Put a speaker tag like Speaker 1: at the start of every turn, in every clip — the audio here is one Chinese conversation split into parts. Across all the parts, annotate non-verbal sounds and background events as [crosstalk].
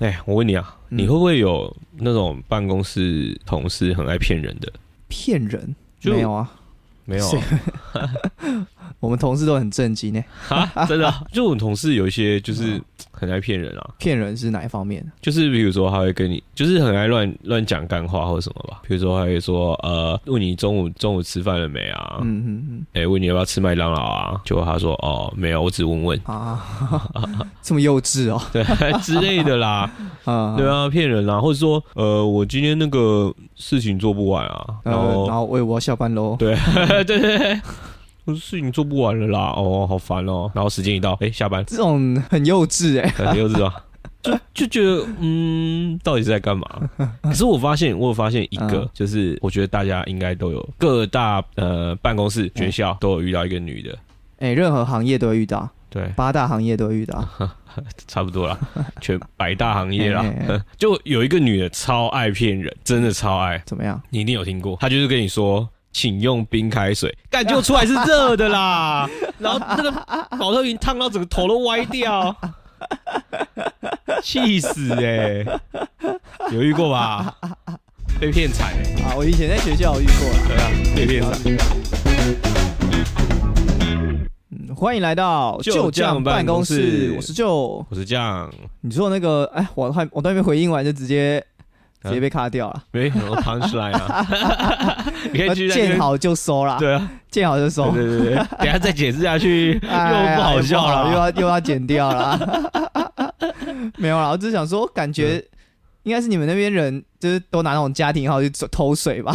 Speaker 1: 哎，我问你啊，
Speaker 2: 嗯
Speaker 1: 你会不会有那种办公室同事很爱骗人的？
Speaker 2: 骗人？
Speaker 1: 就
Speaker 2: 没有啊，
Speaker 1: 没有
Speaker 2: 谁
Speaker 1: [laughs]
Speaker 2: 我们同事都很震惊呢。
Speaker 1: 啊，啊真的
Speaker 2: [laughs]
Speaker 1: 啊、就我们同事有一啊些就是很爱骗人啊，
Speaker 2: 骗人是哪一方面？
Speaker 1: 就是比如说他会跟你，就是很爱乱乱讲干话或什么吧。比如说他会说，呃，问你中午中午吃饭了没啊？哎、
Speaker 2: 嗯嗯嗯
Speaker 1: 问你要不要吃麦当劳啊？结果他说，哦，没有，我只问 [laughs] 问，
Speaker 2: 嗯啊，
Speaker 1: [laughs]
Speaker 2: 这么幼稚哦。
Speaker 1: 对之类的啦。
Speaker 2: [laughs] 啊，
Speaker 1: 对啊，骗人啦、或者说，呃，我今天那个事情做不完啊，
Speaker 2: 呃。
Speaker 1: 然后、
Speaker 2: 然后喂，我要下班喽。
Speaker 1: 对对对对，我说事情做不完了啦，哦，好烦哦。然后时间一到，哎、下班，
Speaker 2: 这种很幼稚哎。
Speaker 1: 很幼稚啊， [laughs] 就就觉得，嗯，到底是在干嘛？可是我发现，我有发现一个，
Speaker 2: 嗯
Speaker 1: 就是我觉得大家应该都有各大呃办公室、学校都有遇到一个女的，
Speaker 2: 哎，任何行业都会遇到，
Speaker 1: 对，
Speaker 2: 八大行业都会遇到。
Speaker 1: 差不多啦，全百大行业啦
Speaker 2: 哎哎哎，
Speaker 1: [laughs] 就有一个女的超爱骗人，真的超爱。
Speaker 2: 怎么样？
Speaker 1: 你一定有听过，他就是跟你说。请用冰开水，感觉出来是热的啦， [laughs] 然后那个保特瓶烫到整个头都歪掉， [laughs] 气死哎、欸！有遇过吧？被骗惨欸
Speaker 2: 啊，我以前在学校有遇过啦。
Speaker 1: 对啊，被骗惨。
Speaker 2: 嗯，欢迎来到
Speaker 1: 旧
Speaker 2: 将
Speaker 1: 将办公室
Speaker 2: 我是旧。
Speaker 1: 我是这样，
Speaker 2: 你说那个，哎，我还我都还没回应完，就直接
Speaker 1: 啊
Speaker 2: 直接被卡掉了。
Speaker 1: 没有 punchline 啊， [laughs] 你可以
Speaker 2: 那
Speaker 1: 继续在那
Speaker 2: 见
Speaker 1: 边
Speaker 2: 好就收啦，
Speaker 1: 对啊，
Speaker 2: 见好就收
Speaker 1: 对。对 [laughs] 对，对等一下再解释下去又不
Speaker 2: 哎
Speaker 1: 好笑
Speaker 2: 又不
Speaker 1: 了。
Speaker 2: 好又要又要剪掉了。 [laughs] 没有啦，我只是想说，感
Speaker 1: 嗯
Speaker 2: 觉应该是你们那边人就是都拿那种家庭号去走偷
Speaker 1: [laughs]
Speaker 2: 水吧，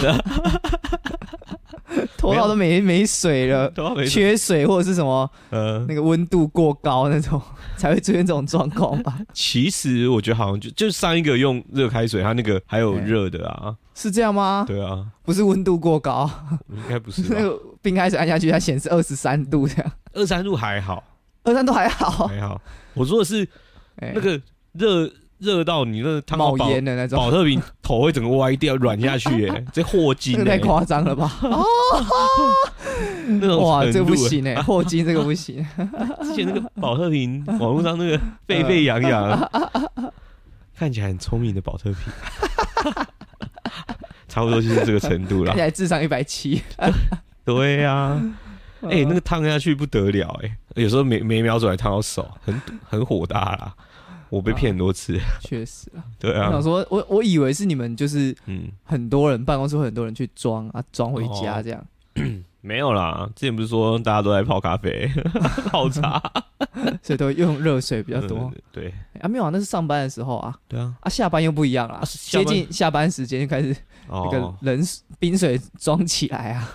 Speaker 2: 偷到都没没水了，
Speaker 1: 都 [laughs] 啊没
Speaker 2: 缺水或者是什么
Speaker 1: 嗯
Speaker 2: 那个温度过高那种，才会出现这种状况吧？
Speaker 1: 其实我觉得好像就就上一个用热开水，它那个还有热的啊，
Speaker 2: 是这样吗？
Speaker 1: 对啊，
Speaker 2: 不是温度过高，
Speaker 1: 应该不是
Speaker 2: 那 [laughs]
Speaker 1: 吧？
Speaker 2: 个冰开水按下去，它显示二十三度这样，
Speaker 1: 二三度还好，
Speaker 2: 二三度还好，
Speaker 1: 还好。我说的是
Speaker 2: 哎
Speaker 1: 那个热热到你那个汤
Speaker 2: 冒
Speaker 1: 宝
Speaker 2: 烟的那种。
Speaker 1: 保特瓶头会整个歪掉软下去，
Speaker 2: [laughs]
Speaker 1: 哎，这霍金
Speaker 2: 这个
Speaker 1: 欸哦
Speaker 2: 太夸张了吧！ [laughs]
Speaker 1: 那种
Speaker 2: 哇，
Speaker 1: 程
Speaker 2: 这个
Speaker 1: 度
Speaker 2: 不
Speaker 1: 欸。
Speaker 2: 行哎、霍金这个不
Speaker 1: [laughs]
Speaker 2: 行。
Speaker 1: 之前那个保特
Speaker 2: [laughs]
Speaker 1: 瓶，网络上那个沸沸扬扬，
Speaker 2: 嗯
Speaker 1: 看起来很聪明的保特瓶， [laughs] 差不多就是这个程度
Speaker 2: 看
Speaker 1: 啦
Speaker 2: 起。来智商一百七。
Speaker 1: 对
Speaker 2: [laughs]
Speaker 1: 啊。哎、那个烫下去不得了哎、有时候每每秒准还烫到手，很很火大啦。我被骗很多次， [laughs]
Speaker 2: 确实啊，
Speaker 1: 对
Speaker 2: 我
Speaker 1: 啊
Speaker 2: 想，说，我我以为是你们就是
Speaker 1: 嗯，
Speaker 2: 很多人办公室会很多人去装啊，装回
Speaker 1: 哦
Speaker 2: 家这样。
Speaker 1: 没有啦。之前不是说大家都在泡咖啡、 [laughs] 泡茶
Speaker 2: 所以都用热水 [laughs] 比
Speaker 1: 比
Speaker 2: 较多、，
Speaker 1: 嗯对
Speaker 2: 啊，没有啊，那是上班的时候啊，
Speaker 1: 对啊，
Speaker 2: 啊，下班又不一样啦，
Speaker 1: 啊是下
Speaker 2: 接
Speaker 1: 班
Speaker 2: 近下班时间就开始那个
Speaker 1: 哦，
Speaker 2: 冷水冰水装起来啊，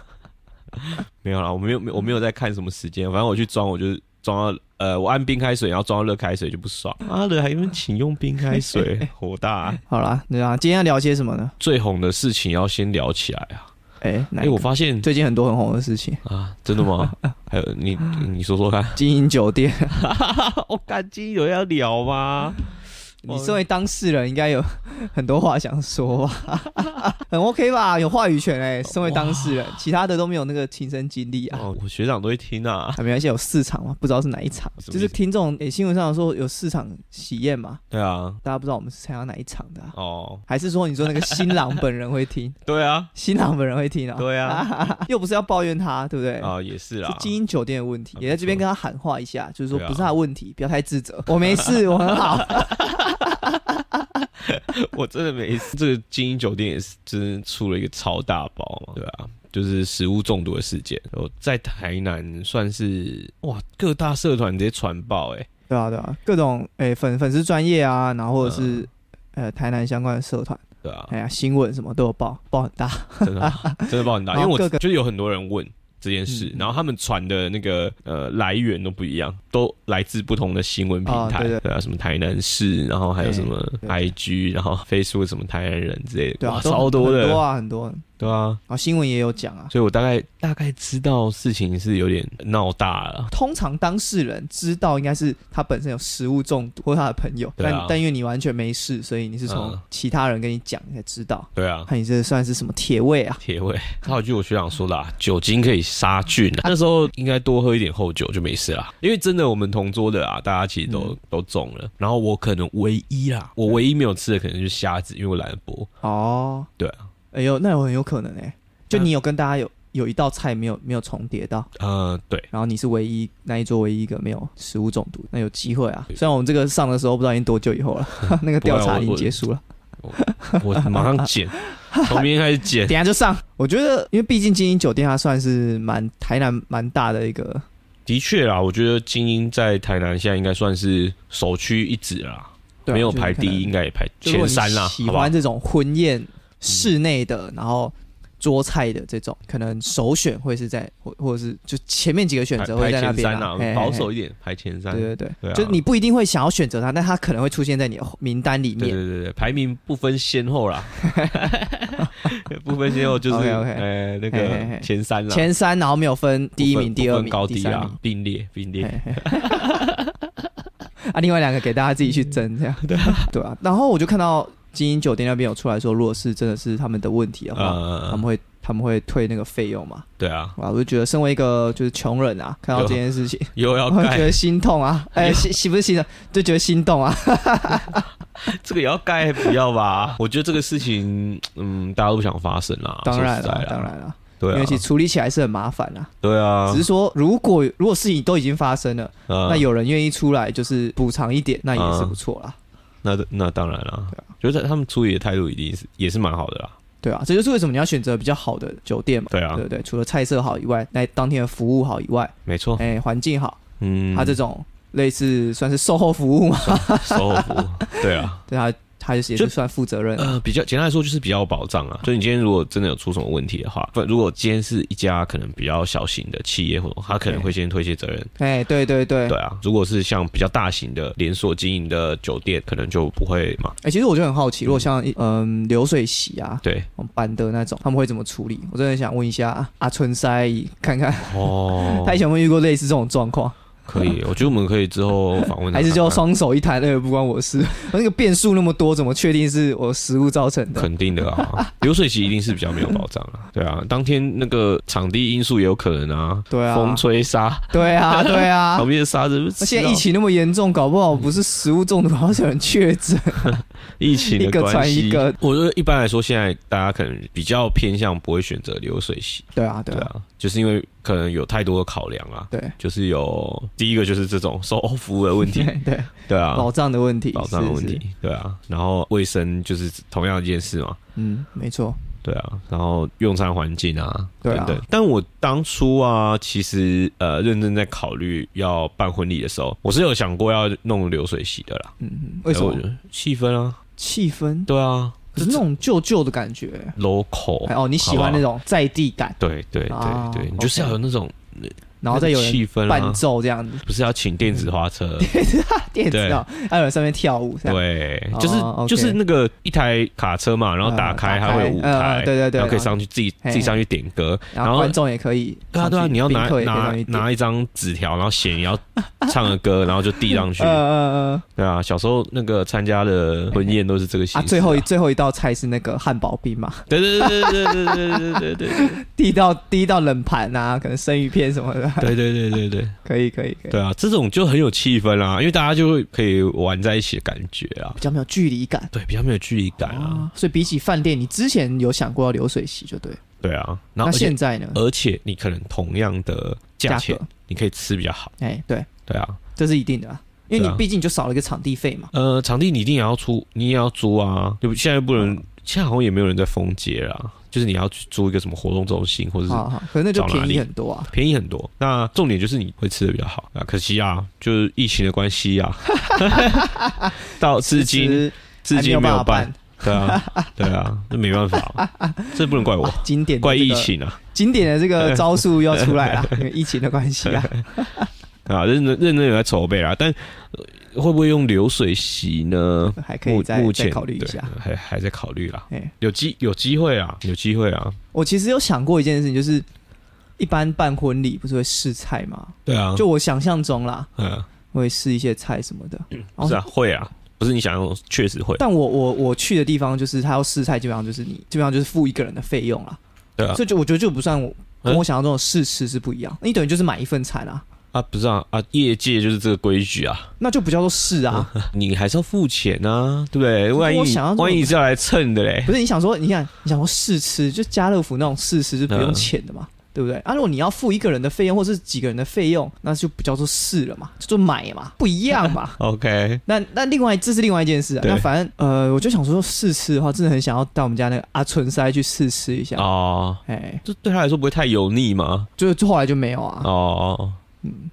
Speaker 1: 没有啦，我没有没有我没有在看什么时间，反正我去装，我就是装到呃，我按冰开水，然后装到热开水就不爽。妈的，还有人请用冰开
Speaker 2: [laughs]
Speaker 1: 水，火大、
Speaker 2: 好啦，那啊，今天要聊些什么呢？
Speaker 1: 最红的事情要先聊起来啊！
Speaker 2: 哎、
Speaker 1: 哎、
Speaker 2: 哪一个
Speaker 1: 我发现
Speaker 2: 最近很多很红的事情，
Speaker 1: 啊，真的
Speaker 2: [laughs]
Speaker 1: 吗？还有你你说说看。
Speaker 2: 经营酒店，
Speaker 1: [laughs] 我干今有要聊 [laughs] 吗？哦
Speaker 2: 你身为当事人应该有很多话想说吧，
Speaker 1: [laughs]
Speaker 2: 很 OK 吧？有话语权哎、身为当事人，其他的都没有那个亲身经历啊。
Speaker 1: 哦，我学长都会听啊。
Speaker 2: 啊，没关系，有四场嘛，不知道是哪一场，
Speaker 1: 哦什么意思
Speaker 2: 就是听众诶、新闻上说有四场喜宴嘛，
Speaker 1: 对啊，
Speaker 2: 大家不知道我们是参加哪一场的、啊，
Speaker 1: 哦，
Speaker 2: 还是说你说那个新郎本人会
Speaker 1: [laughs]
Speaker 2: 听，
Speaker 1: 对啊，
Speaker 2: 新郎本人会听啊、
Speaker 1: 对 [laughs]
Speaker 2: 啊，又不是要抱怨他，对不对？
Speaker 1: 啊也是啦
Speaker 2: 是。精英酒店的问题
Speaker 1: 啊，
Speaker 2: 也在这边跟他喊话一下，就是说
Speaker 1: 对啊
Speaker 2: 不是他的问题，不要太自责，我没事，我很好。
Speaker 1: [laughs] 我真的没事，这个精英酒店也是真的出了一个超大包嘛。对啊，就是食物中毒的事件，我在台南算是哇各大社团直接传爆哎、欸
Speaker 2: 对啊，对啊，各种诶、粉粉丝专业啊，然后或者是、呃台南相关的社团，
Speaker 1: 对嗯啊，
Speaker 2: 哎呀新闻什么都有报，报很大。
Speaker 1: 真
Speaker 2: [laughs]
Speaker 1: 的真的爆很大，因为
Speaker 2: 然后
Speaker 1: 我
Speaker 2: 各个
Speaker 1: 就是有很多人问这件事，
Speaker 2: 嗯
Speaker 1: 然后他们传的那个呃来源都不一样，都来自不同的新闻平台，
Speaker 2: 啊对对
Speaker 1: 啊，什么台南市，然后还有什么
Speaker 2: 对
Speaker 1: IG，然后 Facebook 什么台南人之类的，
Speaker 2: 对啊，
Speaker 1: 哇
Speaker 2: 都
Speaker 1: 超多
Speaker 2: 很
Speaker 1: 的，
Speaker 2: 多啊，很多。
Speaker 1: 对啊，
Speaker 2: 啊，新闻也有讲啊。
Speaker 1: 所以我大概大概知道事情是有点闹大了。
Speaker 2: 通常当事人知道应该是他本身有食物中毒或他的朋友，
Speaker 1: 对啊
Speaker 2: 但但因为你完全没事，所以你是从
Speaker 1: 嗯
Speaker 2: 其他人跟你讲你才知道。
Speaker 1: 对啊，
Speaker 2: 看你这算是什么铁胃啊？
Speaker 1: 铁 [laughs] 胃，还有据我学长说的、啊，酒精可以杀菌、啊，那时候应该多喝一点后酒就没事啦。因为真的我们同桌的啊，大家其实都、
Speaker 2: 嗯
Speaker 1: 都中了，然后我可能唯一啦，我唯一没有吃的可能就是虾子，因为我懒得剥。
Speaker 2: 哦，
Speaker 1: 对
Speaker 2: 啊。哎呦，那我很有可能哎、就
Speaker 1: 那
Speaker 2: 你有跟大家有有一道菜没有没有重叠到，
Speaker 1: 呃，对，
Speaker 2: 然后你是唯一那一桌唯一一个没有食物中毒，那有机会啊。虽然我们这个上的时候不知道已经多久以后了， [laughs] 那个调查已经结束
Speaker 1: 啊
Speaker 2: 了，
Speaker 1: 我马上
Speaker 2: [laughs]
Speaker 1: 剪，从明天开始剪
Speaker 2: 等。一下就上。我觉得，因为毕竟金鹰酒店它算是蛮台南蛮大的一个
Speaker 1: 的确啦，我觉得精英在台南现在应该算是首屈一指啦，
Speaker 2: 对啊
Speaker 1: 没有
Speaker 2: 就是
Speaker 1: 排
Speaker 2: 可
Speaker 1: 第
Speaker 2: 能
Speaker 1: 一，应该也排
Speaker 2: 就如果
Speaker 1: 前
Speaker 2: 你
Speaker 1: 三啦，
Speaker 2: 喜
Speaker 1: 好嗯吧
Speaker 2: 欢？这种婚宴室内的，然后桌菜的这种，可能首选会是在或或者是就前面几个选
Speaker 1: 排
Speaker 2: 择
Speaker 1: 排
Speaker 2: 会在那
Speaker 1: 前
Speaker 2: 边
Speaker 1: 三
Speaker 2: 啊
Speaker 1: 啦，
Speaker 2: 嘿嘿嘿
Speaker 1: 保守一点，排前三。
Speaker 2: 对
Speaker 1: 对
Speaker 2: 对对，
Speaker 1: 对啊
Speaker 2: 就是你不一定会想要选择它，但它可能会出现在你的名单里
Speaker 1: 对
Speaker 2: 面。
Speaker 1: 对对，排名不分先后
Speaker 2: [laughs]
Speaker 1: 啦，不分先后就是
Speaker 2: OK，OK
Speaker 1: 呃那
Speaker 2: 嘿嘿
Speaker 1: 个
Speaker 2: 嘿
Speaker 1: 前三啦，
Speaker 2: 前三，然后没有分第一
Speaker 1: 不分
Speaker 2: 名、第二
Speaker 1: 不分
Speaker 2: 名、
Speaker 1: 高
Speaker 2: 第
Speaker 1: 低啊
Speaker 2: 三
Speaker 1: 啦
Speaker 2: 名，
Speaker 1: 并列并列。
Speaker 2: 嘿嘿 [laughs] 啊，另外两个给大家自己去争，
Speaker 1: [laughs]
Speaker 2: 这样对啊，对啊。然后我就看到金鹰酒店那边有出来说，如果是真的是他们的问题的话，他
Speaker 1: 呃
Speaker 2: 们，会他们会退那个费用嘛。
Speaker 1: 对啊，
Speaker 2: 哇，我就觉得身为一个就是穷人啊，看到这
Speaker 1: [laughs]
Speaker 2: 件事情，
Speaker 1: 又要
Speaker 2: 我会觉
Speaker 1: 盖，
Speaker 2: 得心
Speaker 1: [laughs]
Speaker 2: 痛啊，哎、心心不是心痛，就觉得心动啊。
Speaker 1: 这个也要盖，不要吧？我觉得这个事情，嗯，大家都不想发生啦。
Speaker 2: 当然
Speaker 1: 说实在
Speaker 2: 了，
Speaker 1: 啦
Speaker 2: 当，然了，因
Speaker 1: 对
Speaker 2: 为
Speaker 1: 啊
Speaker 2: 其，实处理起来是很麻烦啊。
Speaker 1: 对啊呃
Speaker 2: 只，是说，如果如果事情都已经发生了，那
Speaker 1: 那
Speaker 2: 有人愿意出来就是补偿一点，那也是不错啦。
Speaker 1: 那那当然啦
Speaker 2: 对啊，
Speaker 1: 觉得他们处理的态度一定是也是蛮好的啦。
Speaker 2: 对啊，这就是为什么你要选择比较好的酒店嘛。
Speaker 1: 对啊
Speaker 2: 对，不对？除了菜色好以外，那当天的服务好以外，
Speaker 1: 没错，
Speaker 2: 哎、环境好，
Speaker 1: 哦嗯，
Speaker 2: 它这种类似算是售后服
Speaker 1: [laughs]
Speaker 2: 务嘛，
Speaker 1: 售后服务，对啊，
Speaker 2: 对它它也是
Speaker 1: 就
Speaker 2: 算负责任啊。
Speaker 1: 呃，比较简单来说就是比较有保障啊。所以你今天如果真的有出什么问题的话，不，如果今天是一家可能比较小型的企业或者他可能会先推卸责任。
Speaker 2: 哎、对对对，
Speaker 1: 对啊，如果是像比较大型的连锁经营的酒店，可能就不会嘛。
Speaker 2: 哎、其实我就很好奇，如果像一嗯流水席啊，
Speaker 1: 对，
Speaker 2: 我们班的那种，他们会怎么处理？我真的想问一下阿春塞阿姨，看看
Speaker 1: 哦
Speaker 2: 她以前有没有遇过类似这种状况，
Speaker 1: 可以，我觉得我们可以之后访问他看看，
Speaker 2: 还是就双手一摊，那个不关我事。那个变数那么多，怎么确定是我食物造成的？
Speaker 1: 肯定的啊，流水席一定是比较没有保障啊。对啊，当天那个场地因素也有可能啊，
Speaker 2: 对啊
Speaker 1: 风吹沙，
Speaker 2: 对啊，
Speaker 1: [laughs]
Speaker 2: 对啊
Speaker 1: 旁。边的沙子。啊
Speaker 2: 那现在疫情那么严重，搞不好不是食物中毒，好像有人确诊。
Speaker 1: 疫情的关系，
Speaker 2: 一个传一个
Speaker 1: 我觉得一般来说，现在大家可能比较偏向不会选择流水席，
Speaker 2: 对啊，对
Speaker 1: 对
Speaker 2: 啊，
Speaker 1: 啊，就是因为可能有太多的考量啊，
Speaker 2: 对
Speaker 1: 就是有第一个就是这种 [laughs] 售后服务的问题， [laughs]
Speaker 2: 对对，
Speaker 1: 对啊，
Speaker 2: 保障的问题，
Speaker 1: 保障的
Speaker 2: 是
Speaker 1: 问，
Speaker 2: 是
Speaker 1: 题，对啊，然后卫生就是同样一件事嘛，
Speaker 2: 嗯，没错，
Speaker 1: 对啊，然后用餐环境啊，
Speaker 2: 对啊
Speaker 1: 等等。但我当初啊，其实呃认真在考虑要办婚礼的时候，我是有想过要弄流水席的啦，呃
Speaker 2: 嗯嗯，为什么
Speaker 1: 哎我觉得气氛啊，
Speaker 2: 气氛？
Speaker 1: 对啊，
Speaker 2: 可是那种旧旧的感觉，
Speaker 1: local
Speaker 2: 哎哦，你喜
Speaker 1: 好啊
Speaker 2: 欢
Speaker 1: 吧
Speaker 2: 那种在地感，
Speaker 1: 对对
Speaker 2: 啊
Speaker 1: 对对，你就是要
Speaker 2: OK
Speaker 1: 有那种，
Speaker 2: 然后再有
Speaker 1: 那个
Speaker 2: 人
Speaker 1: 气氛
Speaker 2: 伴
Speaker 1: 啊，
Speaker 2: 奏这样子，
Speaker 1: 不是要请电子花
Speaker 2: [laughs]
Speaker 1: 车，
Speaker 2: 电子哦，还有人上面跳舞这样，
Speaker 1: 对
Speaker 2: 哦，
Speaker 1: 就是
Speaker 2: OK
Speaker 1: 就是那个一台卡车嘛，然后
Speaker 2: 嗯
Speaker 1: 打开
Speaker 2: 打
Speaker 1: 它会有舞
Speaker 2: 嗯嗯
Speaker 1: 台，
Speaker 2: 对对对，
Speaker 1: 然后可以上去自己
Speaker 2: 嘿
Speaker 1: 自己上去点歌，
Speaker 2: 然
Speaker 1: 然
Speaker 2: 后
Speaker 1: 后
Speaker 2: 观众也可以
Speaker 1: 对啊对啊，
Speaker 2: 上去
Speaker 1: 你要拿
Speaker 2: 宾客也可以
Speaker 1: 拿
Speaker 2: 上去点
Speaker 1: 拿一张纸条，然后写你要唱的歌，然后就递
Speaker 2: [laughs]
Speaker 1: 上去
Speaker 2: 呃，呃呃，
Speaker 1: 对啊，小时候那个参加的婚宴都是这个形
Speaker 2: 啊，
Speaker 1: 式，
Speaker 2: 最后一，最后一道菜是那个汉堡冰嘛， [laughs]
Speaker 1: 对对对对对对对对对对
Speaker 2: 第一道第一道冷盘啊，可能生鱼片什么的，
Speaker 1: 对对对对对。
Speaker 2: 可以可以可以，
Speaker 1: 对啊，这种就很有气氛啦、因为大家就会可以玩在一起的感觉啊
Speaker 2: 比，较没有距离感。
Speaker 1: 对，比较没有距离感啊，
Speaker 2: 啊，所以比起饭店，你之前有想过要流水席就对了，
Speaker 1: 对啊，然
Speaker 2: 那
Speaker 1: 后而
Speaker 2: 现
Speaker 1: 且
Speaker 2: 在呢？
Speaker 1: 而且你可能同样的价钱
Speaker 2: 价格，
Speaker 1: 你可以吃比较好，
Speaker 2: 哎，对，
Speaker 1: 对啊，
Speaker 2: 这是一定的啊，因为
Speaker 1: 对
Speaker 2: 你
Speaker 1: 啊
Speaker 2: 毕竟就少了一个场地费嘛。
Speaker 1: 呃，场地你一定也要出，你也要租啊，就现在不能，
Speaker 2: 嗯
Speaker 1: 现在好像也没有人在封街啦，就是你要去租一个什么活动中心或者是。啊
Speaker 2: 好好，可是那就
Speaker 1: 找哪
Speaker 2: 便宜
Speaker 1: 里
Speaker 2: 很多啊。
Speaker 1: 便宜很多，那重点就是你会吃的比较好啊。可惜啊，就是疫情的关系
Speaker 2: [laughs]
Speaker 1: 啊，到至今
Speaker 2: 其实
Speaker 1: 至
Speaker 2: 还
Speaker 1: 今没
Speaker 2: 办
Speaker 1: 有
Speaker 2: 法
Speaker 1: 办，对啊，对啊，这没办法，
Speaker 2: [laughs]
Speaker 1: 这不能怪我，
Speaker 2: 哇，经典的
Speaker 1: 怪
Speaker 2: 啊这
Speaker 1: 疫
Speaker 2: 个，
Speaker 1: 情啊
Speaker 2: 经典的这个招数要
Speaker 1: [laughs]
Speaker 2: 出来了，因为疫情的关系啊。 [laughs]
Speaker 1: 啊，认真认真有在筹备啦，但呃会不会用流水席呢？
Speaker 2: 还可以
Speaker 1: 目
Speaker 2: 再
Speaker 1: 目
Speaker 2: 再
Speaker 1: 前
Speaker 2: 考虑一
Speaker 1: 对
Speaker 2: 下。
Speaker 1: 还还在考虑啦。
Speaker 2: 哎，
Speaker 1: 有机有机会啊，有机会啊，
Speaker 2: 我其实有想过一件事情，就是一般办婚礼不是会试菜吗？
Speaker 1: 对啊，
Speaker 2: 就我想象中啦，
Speaker 1: 嗯，
Speaker 2: 会试一些菜什么
Speaker 1: [clears throat]
Speaker 2: 的。
Speaker 1: 不是啊，会啊，不是你想用，确实会，啊
Speaker 2: [laughs] 但我我我去的地方就是他要试菜，基本上就是你基本上就是付一个人的费用啦。
Speaker 1: 对啊
Speaker 2: 所以就我觉得就不算我跟
Speaker 1: 嗯
Speaker 2: 我想象中的试吃是不一样，你等于就是买一份餐啊，
Speaker 1: 啊，不是啊，啊，业界就是这个规矩啊，
Speaker 2: 那就不叫做试啊。
Speaker 1: 你还是要付钱啊，对不对？
Speaker 2: 我
Speaker 1: 万一你
Speaker 2: 想要这么
Speaker 1: 万一你是要来蹭的嘞，
Speaker 2: 不是你想说，你想你想说试吃，就家乐福那种试吃是不用
Speaker 1: 嗯
Speaker 2: 钱的嘛，对不对？啊，如果你要付一个人的费用或是几个人的费用，那就不叫做试了嘛，叫做买嘛，不一样
Speaker 1: [laughs]
Speaker 2: 嘛。
Speaker 1: OK，
Speaker 2: 那那另外这是另外一件事啊。
Speaker 1: 对
Speaker 2: 那反正呃，我就想说试吃的话，真的很想要带我们家那个阿春塞去试吃一下。
Speaker 1: 哦，
Speaker 2: 哎，
Speaker 1: 这对他来说不会太油腻吗？
Speaker 2: 就就后来就没有啊，
Speaker 1: 哦，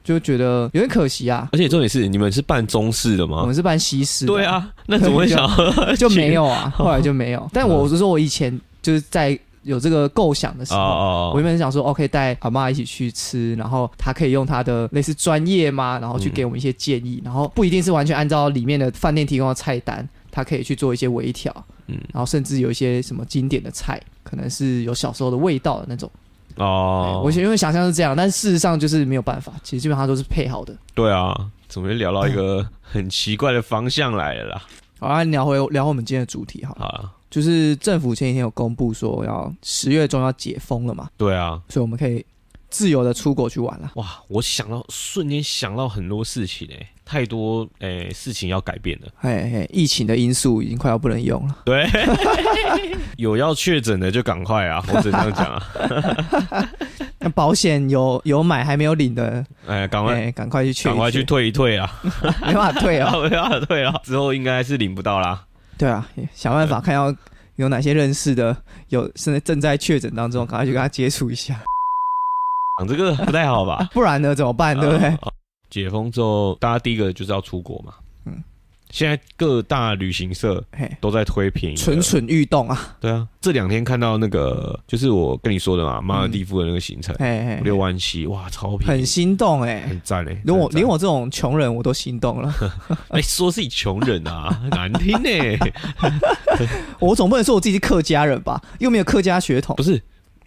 Speaker 2: 就觉得有点可惜啊。
Speaker 1: 而且重点是你们是办中式的
Speaker 2: 我
Speaker 1: 吗？
Speaker 2: 们是办西式，
Speaker 1: 啊对，啊，那怎么会
Speaker 2: [laughs]
Speaker 1: 想要
Speaker 2: 就没
Speaker 1: 去嗯
Speaker 2: 有啊，后来就
Speaker 1: [laughs]
Speaker 2: 没有。但我是说，我以前就是在有这个构想的时
Speaker 1: 哦
Speaker 2: 候，
Speaker 1: 哦哦
Speaker 2: 我原本是想说，OK，带阿妈一起去吃，然后她可以用她的类似专业嘛，然后去给我们一些建
Speaker 1: 嗯
Speaker 2: 议，然后不一定是完全按照里面的饭店提供的菜单，她可以去做一些微调，
Speaker 1: 嗯
Speaker 2: 然后甚至有一些什么经典的菜，可能是有小时候的味道的那种。
Speaker 1: 哦，
Speaker 2: 我因为想象是这样，但事实上就是没有办法，其实基本上都是配好的。
Speaker 1: 对啊，怎么会聊到一
Speaker 2: 嗯
Speaker 1: 个很奇怪的方向来了啦？
Speaker 2: 好啊，聊回聊回我们今天的主题好了，
Speaker 1: 好啊，
Speaker 2: 就是政府前几天有公布说要十月中要解封了嘛，
Speaker 1: 对啊，
Speaker 2: 所以我们可以自由的出国去玩了。
Speaker 1: 哇，我想到瞬间想到很多事情哎、太多哎、事情要改变了。
Speaker 2: 嘿嘿，疫情的因素已经快要不能用了。 [laughs]
Speaker 1: 对，有要确诊的就赶快啊！我只能这样讲
Speaker 2: [laughs]
Speaker 1: 啊，
Speaker 2: 那保险有有买还没有领的，
Speaker 1: 哎，赶快
Speaker 2: 哎，赶快去确
Speaker 1: 赶
Speaker 2: 一
Speaker 1: 快去
Speaker 2: [laughs] 确，
Speaker 1: 退一退啊！
Speaker 2: 没办法退
Speaker 1: [laughs]
Speaker 2: 哦。
Speaker 1: 没办法退了，啊之后应该是领不到啦。
Speaker 2: 对啊，想办法看要有哪些认识的有现在正在确诊当中，赶快去跟他接触
Speaker 1: [laughs]
Speaker 2: 一下，？
Speaker 1: 讲这个不太好吧
Speaker 2: 不然呢怎么 [laughs] 办？对不对？
Speaker 1: 啊解封之后，大家第一个就是要出国嘛。
Speaker 2: 嗯
Speaker 1: 嗯，现在各大旅行社
Speaker 2: 嘿，
Speaker 1: 都在推便宜的，
Speaker 2: 蠢蠢欲动啊！
Speaker 1: 对啊。这两天看到那个，就是我跟你说的嘛，
Speaker 2: 嗯
Speaker 1: 马尔蒂夫的那个行程，
Speaker 2: 嘿嘿
Speaker 1: 六、万七，哇，超便
Speaker 2: 哎很
Speaker 1: 宜，
Speaker 2: 心动哎
Speaker 1: 很。赞哎！
Speaker 2: 连我
Speaker 1: 很赞
Speaker 2: 连我这种穷人我都心动了，
Speaker 1: 哎，说自己穷人啊， [laughs] 难听哎。
Speaker 2: 我总不能说我自己是客家人吧？又没有客家血统
Speaker 1: 不是，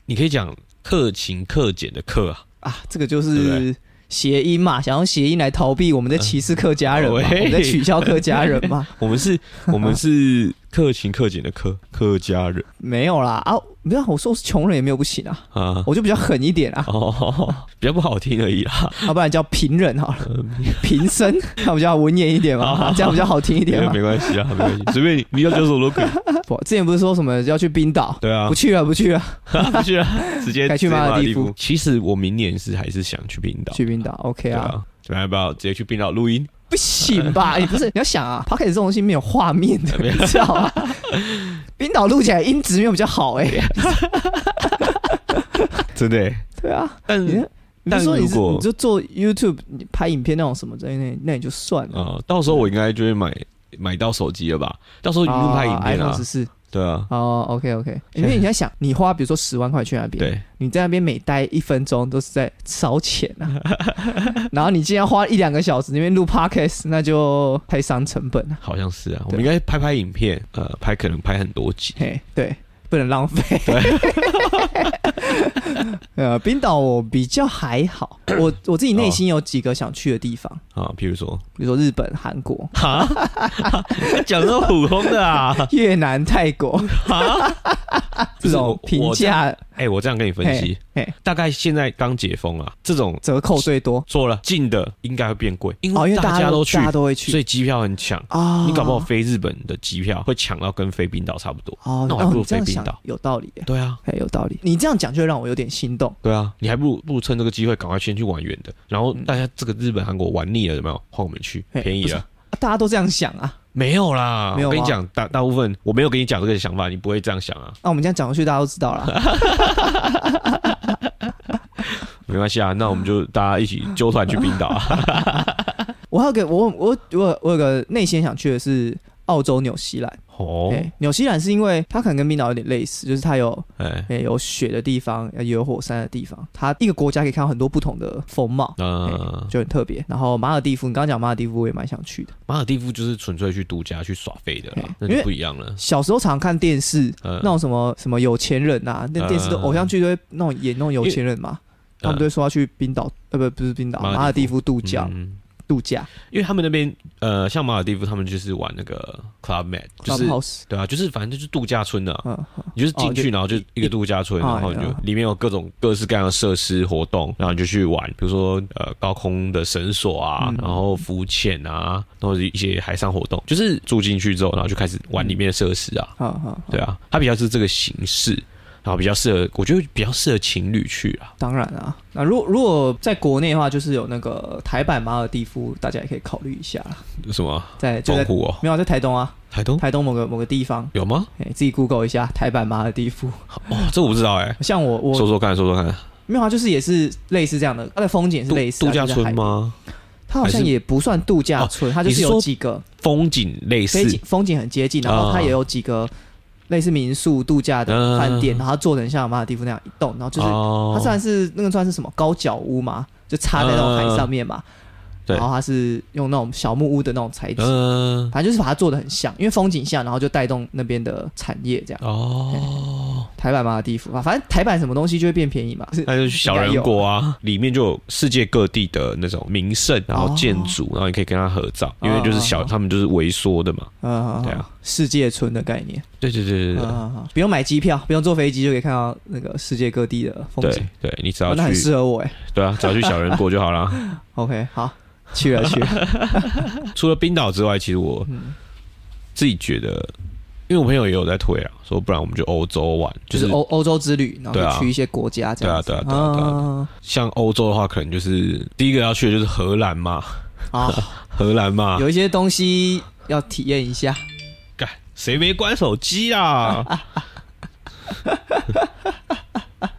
Speaker 1: 你可以讲克勤克俭的克啊，
Speaker 2: 啊，这个就
Speaker 1: 对不
Speaker 2: 是谐音嘛，想用谐音来逃避我们在歧视客家人嘛，
Speaker 1: 哦喂
Speaker 2: 我们在取笑客家人
Speaker 1: [laughs]
Speaker 2: 嘛。
Speaker 1: 我们
Speaker 2: [laughs]
Speaker 1: 是，我们是克勤克俭的克，客家人
Speaker 2: 没有啦啊，没有，我说我是穷人也没有不行啊，
Speaker 1: 啊。
Speaker 2: 我就比较狠一点
Speaker 1: [laughs]
Speaker 2: 啊，
Speaker 1: 哦，比较不好听而已啦，
Speaker 2: 要不然叫平人好
Speaker 1: 呃
Speaker 2: 了，平生，那比较文言
Speaker 1: [laughs]
Speaker 2: 一点嘛，啊这样比较好听一点嘛。
Speaker 1: 啊没关系啊，没关系，随便你，你要叫什么都
Speaker 2: [laughs]
Speaker 1: 可以。
Speaker 2: 不，之前不是说什么要去冰岛，
Speaker 1: 对啊
Speaker 2: 不，去了，不去了，
Speaker 1: 不去啊，直接
Speaker 2: 改去
Speaker 1: 直接
Speaker 2: 马尔
Speaker 1: 蒂
Speaker 2: 地夫
Speaker 1: 其实我明年是还是想去冰岛，
Speaker 2: 去冰岛，OK
Speaker 1: 对
Speaker 2: 啊，
Speaker 1: 啊，怎么样要不要直接去冰岛录音？
Speaker 2: 不
Speaker 1: [laughs]
Speaker 2: 行吧？你不是你要想啊 p o c k e t 这种东西没有画面的，
Speaker 1: 没
Speaker 2: 你
Speaker 1: 有
Speaker 2: 知道
Speaker 1: [laughs]
Speaker 2: 吗？冰岛录起来音质没有比较好哎，
Speaker 1: 啊真的欸，
Speaker 2: 对啊，
Speaker 1: 但
Speaker 2: 你你不
Speaker 1: 但
Speaker 2: 是说你是
Speaker 1: 如果
Speaker 2: 你就做 YouTube 你拍影片那种什么之类的，那也就算了。
Speaker 1: 呃，到时候我应该就会买买到手机了吧？到时候一定拍影片
Speaker 2: i p h o n
Speaker 1: 啊
Speaker 2: 哦十，四
Speaker 1: 对啊，
Speaker 2: 哦，OK
Speaker 1: [laughs]
Speaker 2: OK，因为你在想，你花比如说十万块去那边，
Speaker 1: 对，
Speaker 2: 你在那边每待一分钟都是在烧钱啊， [laughs] 然后你竟然花一两个小时那边录 podcast，那就太伤成本了。
Speaker 1: 好像是啊，我
Speaker 2: 对
Speaker 1: 们应该拍拍影片，呃，拍可能拍很多集，
Speaker 2: 嘿，对，不能浪费。 [laughs] 呃，冰岛我比较还好，我我自己内心有几个想去的地方，
Speaker 1: 啊，譬如说， [laughs]
Speaker 2: 比如说日本、韩国、
Speaker 1: 哈，讲这种普通的
Speaker 2: [laughs]
Speaker 1: 啊，
Speaker 2: 越南、泰国 [laughs]
Speaker 1: 啊，
Speaker 2: 这种平
Speaker 1: 我这样
Speaker 2: 价
Speaker 1: 哎、我这样跟你分析
Speaker 2: 嘿嘿，
Speaker 1: 大概现在刚解封啊，这种
Speaker 2: 折扣最多。
Speaker 1: 做了近的应该会变贵，因
Speaker 2: 哦，因
Speaker 1: 为
Speaker 2: 为大
Speaker 1: 家都去，
Speaker 2: 大家都会去
Speaker 1: 所以机票很抢。
Speaker 2: 啊。
Speaker 1: 你搞不好飞日本的机票会抢到跟飞冰岛差不多。
Speaker 2: 哦，
Speaker 1: 那我还
Speaker 2: 哦
Speaker 1: 不如
Speaker 2: 你这样
Speaker 1: 飞冰
Speaker 2: 想
Speaker 1: 岛
Speaker 2: 有道理耶，
Speaker 1: 对啊，
Speaker 2: 哎，有道理。你这样讲就会让我有点心动。
Speaker 1: 对啊，你还不如不如趁这个机会赶快先去玩远的，然后大家这个日本、韩国玩腻了有没有？换我们去，
Speaker 2: 嘿
Speaker 1: 便宜
Speaker 2: 不是
Speaker 1: 了。
Speaker 2: 啊大家都这样想啊。
Speaker 1: 没有啦，
Speaker 2: 没有
Speaker 1: 我
Speaker 2: 啊
Speaker 1: 跟你
Speaker 2: 吗
Speaker 1: 讲，大大部分我没有跟你讲这个想法，你不会这样想
Speaker 2: [laughs]
Speaker 1: 啊。
Speaker 2: 那、我们这样讲过去，大家都知
Speaker 1: [laughs]
Speaker 2: 道了。
Speaker 1: 没关系啊，那我们就大家一起
Speaker 2: [laughs]
Speaker 1: 纠团去冰岛啊。
Speaker 2: 我还有个我我我有我有个内心想去的是澳洲、纽西兰。
Speaker 1: 哦，
Speaker 2: 对，纽西兰是因为它可能跟冰岛有点类似，就是它有
Speaker 1: 哎，
Speaker 2: 诶有雪的地方，也有火山的地方，它一个国家可以看到很多不同的风貌，
Speaker 1: 那
Speaker 2: 就很特别。然后马尔蒂夫，你刚刚讲马尔蒂夫，我也蛮想去的。
Speaker 1: 马尔蒂夫就是纯粹去度假去耍废的啦
Speaker 2: 嘿，
Speaker 1: 那
Speaker 2: 因
Speaker 1: 就
Speaker 2: 为
Speaker 1: 不一样了。
Speaker 2: 小时候常看电视，
Speaker 1: 嗯
Speaker 2: 那种什么什么有钱人呐、啊，那电视都
Speaker 1: 嗯
Speaker 2: 偶像剧都会那种演那种有钱人嘛，他们都会说要去冰岛，呃不不是冰岛，
Speaker 1: 马尔地夫
Speaker 2: 马尔蒂夫度
Speaker 1: 呃嗯
Speaker 2: 假
Speaker 1: 嗯
Speaker 2: 度假
Speaker 1: 因为他们那边呃，像马尔蒂夫，他们就是玩那个 club mat，就是
Speaker 2: clubhouse，
Speaker 1: 对啊，就是反正就是度假村啊。
Speaker 2: 嗯，嗯
Speaker 1: 你就是进
Speaker 2: 哦
Speaker 1: 去，
Speaker 2: 就
Speaker 1: 然后就一个度假村，
Speaker 2: 哦
Speaker 1: 然后你就
Speaker 2: 哎呀
Speaker 1: 里面有各种各式各样的设施活动，然后你就去玩，比如说呃高空的绳索啊
Speaker 2: 嗯，
Speaker 1: 然后浮潜啊，然后一些海上活动，就是住进去之后，然后就开始玩里面的设施啊，
Speaker 2: 好好，
Speaker 1: 对啊，它比较是这个形式，然后比较适合，我觉得比较适合情侣去啊。
Speaker 2: 当然啊，那如果如果在国内的话，就是有那个台版马尔蒂夫，大家也可以考虑一下啦，
Speaker 1: 什么
Speaker 2: 在就
Speaker 1: 东
Speaker 2: 在
Speaker 1: 湖哦，
Speaker 2: 没有啊在台东啊，
Speaker 1: 台东
Speaker 2: 台东某个某个地方，
Speaker 1: 有吗？
Speaker 2: 哎、自己 Google 一下台版马尔蒂夫，
Speaker 1: 哦，这我不知道哎，
Speaker 2: 像我我
Speaker 1: 说说看，说说看，
Speaker 2: 没有啊，就是也是类似这样的，它的风景是
Speaker 1: 度
Speaker 2: 类似、啊、
Speaker 1: 度假
Speaker 2: 就是海
Speaker 1: 村
Speaker 2: 边
Speaker 1: 吗？
Speaker 2: 它好像
Speaker 1: 还是
Speaker 2: 也不算度假
Speaker 1: 哦
Speaker 2: 村，它就
Speaker 1: 你
Speaker 2: 是
Speaker 1: 是
Speaker 2: 有
Speaker 1: 说
Speaker 2: 几个
Speaker 1: 风景类似
Speaker 2: 风景风景很接近，然后它
Speaker 1: 啊
Speaker 2: 也有几个类似民宿度假的饭店，然后它做成像马尔地夫那样一栋，然后就是
Speaker 1: 啊哦
Speaker 2: 它虽然是那个算是什么高脚屋嘛，就插在那种海上面嘛，
Speaker 1: 啊对
Speaker 2: 然后它是用那种小木屋的那种材质，
Speaker 1: 嗯
Speaker 2: 反正就是把它做的很像，因为风景像，然后就带动那边的产业这样。
Speaker 1: 哦。
Speaker 2: 台版马尔地夫吧，反正台版什么东西就会变便宜嘛，是
Speaker 1: 那就是小人国啊，里面就有世界各地的那种名胜，然后建筑，然后你可以跟他合照，因为就是小，
Speaker 2: 哦
Speaker 1: 他们就是微缩的嘛。
Speaker 2: 呃
Speaker 1: 对啊
Speaker 2: 世界村的概念。
Speaker 1: 对对对对对
Speaker 2: 啊，不用买机票，不用坐飞机就可以看到那个世界各地的风
Speaker 1: 对
Speaker 2: 景，
Speaker 1: 对，对你只
Speaker 2: 哦
Speaker 1: 要
Speaker 2: 那很
Speaker 1: 去，
Speaker 2: 适合我哎。
Speaker 1: 对啊，只要去小人国就好
Speaker 2: [laughs]
Speaker 1: 啦。
Speaker 2: OK，好，去了去
Speaker 1: [laughs]
Speaker 2: 了，
Speaker 1: 除了冰岛之外，其实我
Speaker 2: 嗯，
Speaker 1: 自己觉得，因为我朋友也有在推啊，说不然我们就欧洲玩，就
Speaker 2: 就
Speaker 1: 是是
Speaker 2: 欧欧洲之旅，然后
Speaker 1: 对啊
Speaker 2: 就去一些国家这样子。
Speaker 1: 对啊对啊对啊对像欧洲的话，可能就是第一个要去的就是荷兰嘛，
Speaker 2: 啊
Speaker 1: 荷兰嘛 [laughs]
Speaker 2: 啊，有一些东西要体验一下。
Speaker 1: 干谁没关手机
Speaker 2: [laughs]
Speaker 1: 啊？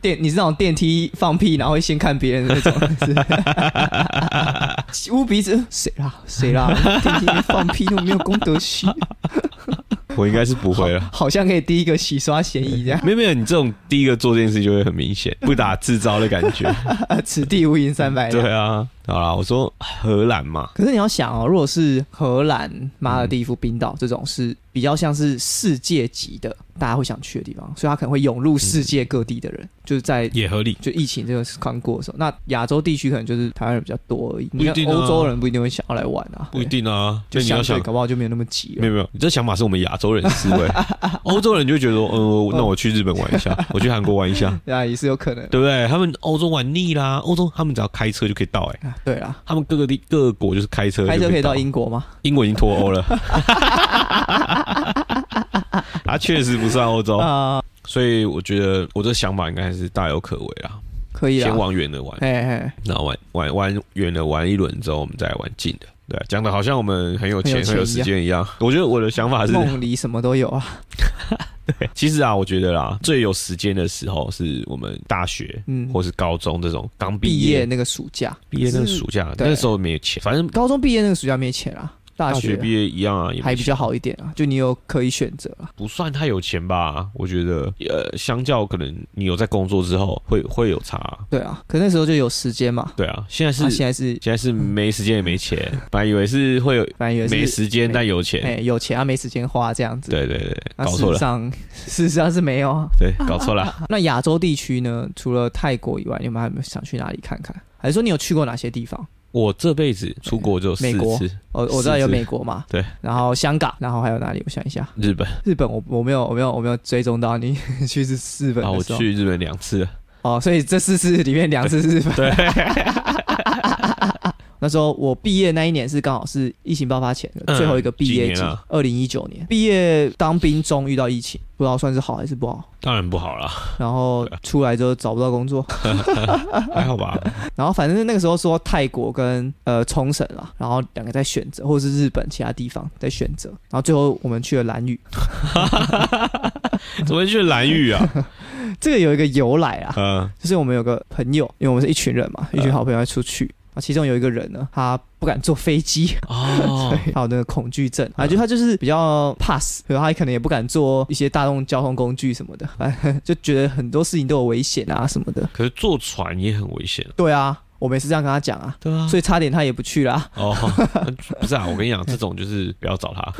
Speaker 2: 电，你是那种电梯放屁，然后会先看别人的
Speaker 1: [laughs]
Speaker 2: 那种，是捂鼻子，谁啦谁啦，电梯里面放屁都没有公德心，
Speaker 1: 我应该是不会了。
Speaker 2: 好像可以第一个洗刷嫌疑这 [laughs] 样。
Speaker 1: 没有没有，你这种第一个做这件事就会很明显，不打自招的感
Speaker 2: [laughs]
Speaker 1: 觉。
Speaker 2: 哎此地无银三百两。
Speaker 1: 对啊，好啦，我说荷兰嘛，
Speaker 2: 可是你要想哦，如果是荷兰、马尔地夫、冰岛这种是比较像是世界级的，大家会想去的地方，所以它可能会涌入世界各地的
Speaker 1: 嗯
Speaker 2: 人，就是在
Speaker 1: 也合理。
Speaker 2: 就疫情这个刚过的时候，那亚洲地区可能就是台湾人比较多而已，
Speaker 1: 不一定啊
Speaker 2: 你看欧洲人不一定会想要来玩啊，
Speaker 1: 不一定啊，那
Speaker 2: 对。就
Speaker 1: 你要
Speaker 2: 相
Speaker 1: 想
Speaker 2: 对，啊搞不好就没有那么急
Speaker 1: 没
Speaker 2: 了。
Speaker 1: 有没有，你这想法是我们亚洲人思
Speaker 2: [laughs]
Speaker 1: 维，欧洲人就觉得说，呃，那我去日本玩一
Speaker 2: 嗯
Speaker 1: 下，我去韩国玩一
Speaker 2: [laughs]
Speaker 1: 下，
Speaker 2: 对啊，也是有可能。
Speaker 1: 对不对？他们欧洲玩腻啦，欧洲他们只要开车就可以到、欸，哎，
Speaker 2: 啊对啦，
Speaker 1: 他们各个地各国就是开车，
Speaker 2: 开车可以
Speaker 1: 到
Speaker 2: 到，英国吗？
Speaker 1: 英国已经脱欧
Speaker 2: [laughs]
Speaker 1: 了，他啊确实不算欧洲，
Speaker 2: 啊，
Speaker 1: 所以我觉得我这想法应该还是大有可为啦，
Speaker 2: 可以啦
Speaker 1: 先。往远的玩。
Speaker 2: 嘿嘿，
Speaker 1: 然后玩玩玩远了玩一轮之后，我们再玩近的。对，啊讲的好像我们很有钱、
Speaker 2: 很有钱
Speaker 1: 很有时间一样。我觉得我的想法是，
Speaker 2: 梦里什么都有啊。
Speaker 1: [laughs] 其实啊，我觉得啦，最有时间的时候是我们大学
Speaker 2: 嗯，
Speaker 1: 或是高中这种刚毕
Speaker 2: 毕业
Speaker 1: 业、
Speaker 2: 那个暑假，
Speaker 1: 毕业那个暑假，
Speaker 2: 对
Speaker 1: 那时候没有钱，反正
Speaker 2: 高中毕业那个暑假没钱啦，大
Speaker 1: 大
Speaker 2: 学
Speaker 1: 学毕业一样啊，也没
Speaker 2: 还比
Speaker 1: 钱
Speaker 2: 较好一点啊，就你有可以选择啊。
Speaker 1: 不算太有钱吧。我觉得，呃，相较可能你有在工作之后会会有差、
Speaker 2: 对啊，可那时候就有时间嘛。
Speaker 1: 对啊，现在是、
Speaker 2: 啊、现在是
Speaker 1: 现在是没时间也没
Speaker 2: [laughs]
Speaker 1: 钱，本来以为是会有
Speaker 2: 反正也是
Speaker 1: 没时间
Speaker 2: 没
Speaker 1: 但有钱，
Speaker 2: 哎、有钱啊，没时间花这样子。，
Speaker 1: 对对对，
Speaker 2: 那
Speaker 1: 搞
Speaker 2: 事
Speaker 1: 错
Speaker 2: 实
Speaker 1: 了，
Speaker 2: 上 [laughs] 事实上是没有啊。
Speaker 1: 对，搞错了。
Speaker 2: 那亚洲地区呢？除了泰国以外，你们还有没有想去哪里看看？还是说你有去过哪些地方？
Speaker 1: 我这辈子出国就有四
Speaker 2: 美国
Speaker 1: 次，
Speaker 2: 我我知道有
Speaker 1: 是是
Speaker 2: 美国嘛，
Speaker 1: 对，
Speaker 2: 然后香港，然后还有哪里？我想一下，
Speaker 1: 日本
Speaker 2: 日本我我没有我没有我没有追踪到你 [laughs] 去日日本
Speaker 1: 啊，我
Speaker 2: 的时候
Speaker 1: 去日本两次了。
Speaker 2: 哦，所以这四次里面两次是日本。
Speaker 1: 对，
Speaker 2: [laughs] 那时候我毕业那一年是刚好是疫情爆发前的
Speaker 1: 嗯
Speaker 2: 最后一个毕业
Speaker 1: 几
Speaker 2: 季
Speaker 1: 年啊，
Speaker 2: 二零一九年毕业当兵中遇到疫情，不知道算是好还是不好。
Speaker 1: 当然不好啦，
Speaker 2: 然后出来之后找不
Speaker 1: [laughs]
Speaker 2: 到工作，
Speaker 1: 还好吧？ [laughs]
Speaker 2: 然后反正那个时候说泰国跟呃冲绳啦，然后两个在选择，或者是日本其他地方在选择，然后最后我们去了兰屿，
Speaker 1: 怎么会去蓝屿啊？
Speaker 2: 这个有一个由来啊，
Speaker 1: 嗯
Speaker 2: [laughs]
Speaker 1: 嗯
Speaker 2: 就是我们有个朋友，因为我们是一群人嘛，一群好朋友要出去，啊，其中有一个人呢，他不敢坐飞机，
Speaker 1: 哦，嗯
Speaker 2: 对，他有那个恐惧症，啊，就他就是比较怕死，然后他可能也不敢坐一些大众交通工具什么的，反正就觉得很多事情都有危险啊什么的。
Speaker 1: 可是坐船也很危险啊。
Speaker 2: 对啊，我每次这样跟他讲啊，
Speaker 1: 对啊
Speaker 2: 所以差点他也不去啦。
Speaker 1: 哦， [laughs] 不是啊，我跟你讲，这种就是不要找
Speaker 2: [laughs]
Speaker 1: 他，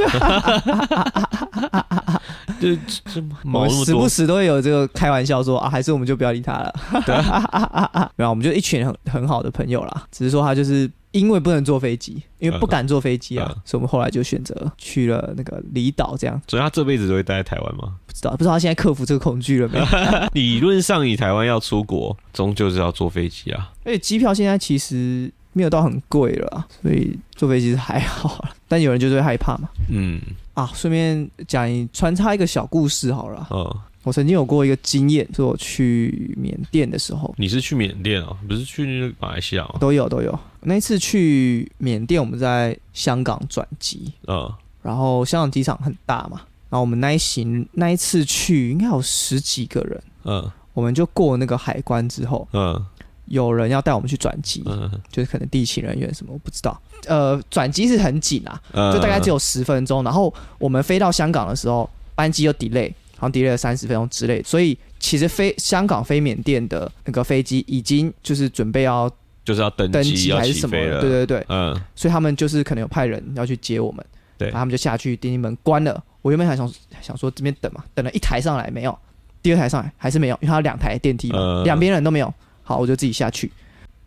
Speaker 1: 就是这
Speaker 2: 我
Speaker 1: 毛
Speaker 2: 们
Speaker 1: 那么
Speaker 2: 时不
Speaker 1: 多，
Speaker 2: 时都会有这个开玩笑说啊，还是我们就不要理他了。
Speaker 1: 对啊
Speaker 2: [laughs] 没有，我们就一群很很好的朋友啦，只是说他就是。因为不能坐飞机，因为不敢坐飞机啊，
Speaker 1: 嗯
Speaker 2: 所以我们后来就选择去了那个离岛，这样
Speaker 1: 所以他这辈子都会待在台湾吗？啊
Speaker 2: 不知道不知道他现在克服这个恐惧了没有？
Speaker 1: 理论上，你台湾要出国，终究是要坐飞机啊。
Speaker 2: 而且机票现在其实没有到很贵了啊，所以坐飞机是还好啦，但有人就是会害怕嘛。
Speaker 1: 嗯
Speaker 2: 啊，顺便讲一穿插一个小故事好了啊。
Speaker 1: 嗯，
Speaker 2: 我曾经有过一个经验，是我去缅甸的时候，
Speaker 1: 你是去缅甸哦，不是去马来西亚哦。
Speaker 2: 都有都有。那一次去缅甸，我们在香港转机，
Speaker 1: 嗯，
Speaker 2: 然后香港机场很大嘛，然后我们那一行那一次去应该有十几个人，
Speaker 1: 嗯
Speaker 2: 我们就过那个海关之后，
Speaker 1: 嗯
Speaker 2: 有人要带我们去转机，
Speaker 1: 嗯
Speaker 2: 就是可能地勤人员什么我不知道。呃，转机是很紧啊，
Speaker 1: 嗯，
Speaker 2: 就大概只有十分钟。然后我们飞到香港的时候，班机又 delay，好像 delay 了三十分钟之类，所以其实飞香港飞缅甸的那个飞机已经就是准备要
Speaker 1: 就是要登
Speaker 2: 登
Speaker 1: 机
Speaker 2: 机
Speaker 1: 要
Speaker 2: 还是
Speaker 1: 起
Speaker 2: 什么
Speaker 1: 飞
Speaker 2: 了，
Speaker 1: 了。
Speaker 2: 对对对，
Speaker 1: 嗯
Speaker 2: 所以他们就是可能有派人要去接我们，
Speaker 1: 对
Speaker 2: 然后他们就下去，电梯门关了。我原本还想想说这边等嘛，等了一台上来没有，第二台上来还是没有，因为它有两台电梯嘛
Speaker 1: 嗯，
Speaker 2: 两边、人都没有。好，我就自己下去，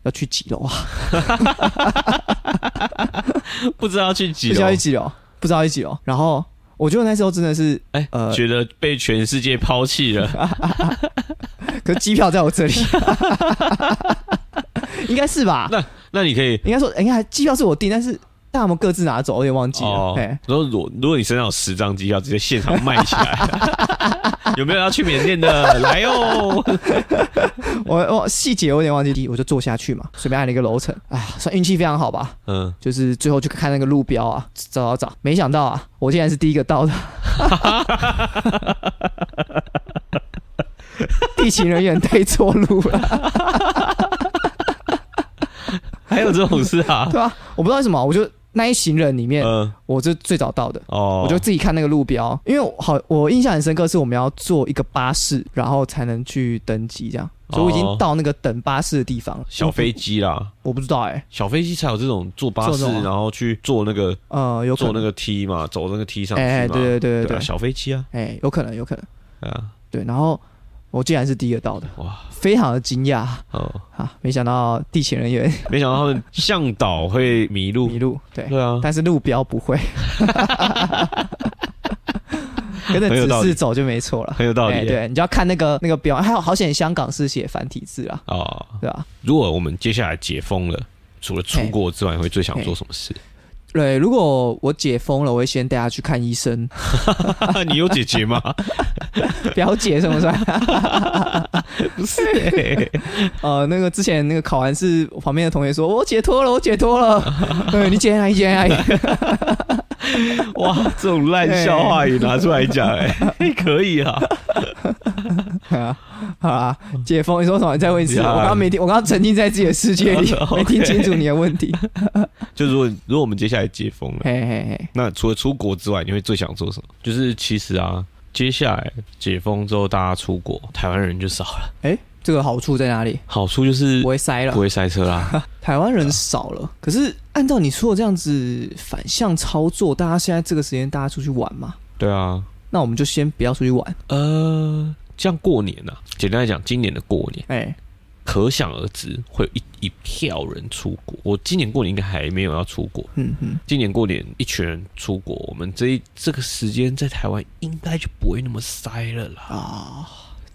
Speaker 2: 要去几楼啊？
Speaker 1: 不知道去几
Speaker 2: 不知
Speaker 1: 楼
Speaker 2: 道，一几楼，不知道一几楼。然后我觉得那时候真的是，
Speaker 1: 哎
Speaker 2: 呃，哦
Speaker 1: 觉得被全世界抛弃
Speaker 2: [laughs]
Speaker 1: 了。
Speaker 2: 可是机票在我这里， [laughs] 应该是吧？
Speaker 1: 那你可以
Speaker 2: 应该说，应该还机票是我订，但是但他们各自拿走，我有点忘记了。
Speaker 1: 哦
Speaker 2: 哎、，
Speaker 1: 如果如如果你身上有十张机票，直接现场卖起来，
Speaker 2: [laughs]
Speaker 1: 有没有要去缅甸的？ [laughs] 来哦！
Speaker 2: 我我细节有点忘记，我就坐下去嘛，随便按了一个楼层，哎，算运气非常好吧。
Speaker 1: 嗯，
Speaker 2: 就是最后去看那个路标啊，找找找，没想到啊，我竟然是第一个到的。地勤人员带错路了，
Speaker 1: 还有这种事啊
Speaker 2: 对？吧、我不知道为什么，我就那一行人里面，
Speaker 1: 嗯，
Speaker 2: 我是最早到的。
Speaker 1: 哦，
Speaker 2: 我就自己看那个路标，因为我好，我印象很深刻是我们要坐一个巴士，然后才能去登机，这样，所以我已
Speaker 1: 哦
Speaker 2: 经到那个等巴士的地方了。
Speaker 1: 小飞机啦，
Speaker 2: 我不知道哎、
Speaker 1: 小飞机才有这种坐巴士
Speaker 2: 坐这种，啊
Speaker 1: 然后去坐那个
Speaker 2: 呃，有可
Speaker 1: 坐
Speaker 2: 能
Speaker 1: 那个梯嘛，走那个梯上去
Speaker 2: 哎、
Speaker 1: 嘛。
Speaker 2: 对对对
Speaker 1: 对
Speaker 2: 对
Speaker 1: 啊，
Speaker 2: 对，
Speaker 1: 小飞机啊，
Speaker 2: 哎、有可能有可能，
Speaker 1: 对啊，
Speaker 2: 对，然后我竟然是第一个到的，
Speaker 1: 哇
Speaker 2: 非常的惊讶。
Speaker 1: 哦，
Speaker 2: 啊，没想到地勤人员
Speaker 1: [laughs] 没想到他们向导会迷路
Speaker 2: 迷。路，对，
Speaker 1: [laughs] 对啊，
Speaker 2: 但是路标不会， [laughs] 跟着
Speaker 1: 很有道
Speaker 2: 指
Speaker 1: 理
Speaker 2: 示走就没错了。
Speaker 1: 很有道理
Speaker 2: 哎。对，你就要看那个那个标，还有好险香港是写繁体字啦，
Speaker 1: 哦，
Speaker 2: 对吧？
Speaker 1: 如果我们接下来解封了，除了出国之外，你会最想做什么 [laughs] 事？
Speaker 2: 对，如果我解封了，我会先带他去看医生， [laughs]
Speaker 1: 你有姐姐 [laughs] 吗？
Speaker 2: 表姐算不算？
Speaker 1: [laughs] 不是欸，
Speaker 2: [laughs] 呃，那个之前那个考完试，我旁边的同学说我解脱了，我解
Speaker 1: [laughs]
Speaker 2: 脱了，对，你解哪里解啊哪里？
Speaker 1: 哇，这种烂笑话也拿出来讲，哎，可以啊，
Speaker 2: [laughs] 啊，好啦，解封，你说什么？你再问一
Speaker 1: [laughs]
Speaker 2: 次。
Speaker 1: Yeah
Speaker 2: 我刚刚没听，我刚刚沉浸在自己的世界
Speaker 1: [laughs]
Speaker 2: 里
Speaker 1: Okay，
Speaker 2: 没听清楚你的问题。
Speaker 1: 就如果如果我们接下来解封了，
Speaker 2: 嘿嘿嘿，
Speaker 1: 那除了出国之外，你会最想做什么？哎就是其实啊，接下来解封之后，大家出国，台湾人就少了，
Speaker 2: 哎，这个好处在哪里？
Speaker 1: 好处就是
Speaker 2: 不会塞了
Speaker 1: 不，会塞啊车啦。
Speaker 2: 台湾人少
Speaker 1: 啊
Speaker 2: 了。可是按照你说的这样子反向操作，大家现在这个时间大家出去玩嘛？
Speaker 1: 对啊，
Speaker 2: 那我们就先不要出去玩。
Speaker 1: 呃，像过年啊，简单来讲，今年的过年
Speaker 2: 哎，
Speaker 1: 可想而知，会有一一票人出国。我今年过年应该还没有要出国，
Speaker 2: 嗯嗯，
Speaker 1: 今年过年一群人出国，我们这一这个时间在台湾应该就不会那么塞了啦。
Speaker 2: 啊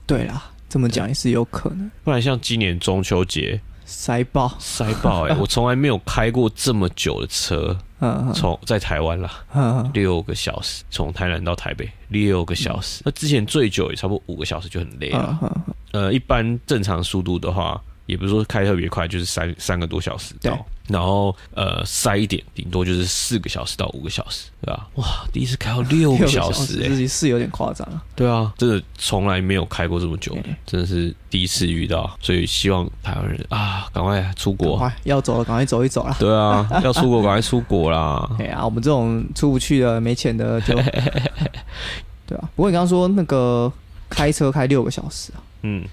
Speaker 2: 对啦，这么讲也是有可能
Speaker 1: 不然像今年中秋节
Speaker 2: 塞爆。
Speaker 1: 塞爆哎、我从来没有开过这么久的车，
Speaker 2: 嗯嗯
Speaker 1: 从在台湾啦，
Speaker 2: 嗯，
Speaker 1: 六个小时，从台南到台北六个小时。那之前最久也差不多五个小时就很累了。
Speaker 2: 嗯嗯
Speaker 1: 呃，一般正常速度的话，也不是说开特别快，就是三三个多小时
Speaker 2: 对
Speaker 1: 到。然后呃塞一点，顶多就是四个小时到五个小时，对吧？哇，第一次开到六个小时哎、
Speaker 2: 是是有点夸张欸啊。
Speaker 1: 对啊，真的从来没有开过这么久
Speaker 2: 对，
Speaker 1: 真的是第一次遇到，所以希望台湾人啊，赶快出
Speaker 2: 赶
Speaker 1: 国，
Speaker 2: 快要走了，赶快走一走啦。
Speaker 1: [laughs] 对啊，要出国赶快出国
Speaker 2: [laughs]
Speaker 1: 啦，
Speaker 2: 哎呀、我们这种出不去的、没钱
Speaker 1: [laughs]
Speaker 2: 的就，对啊。不过你刚刚说那个开车开六个小时啊，
Speaker 1: 嗯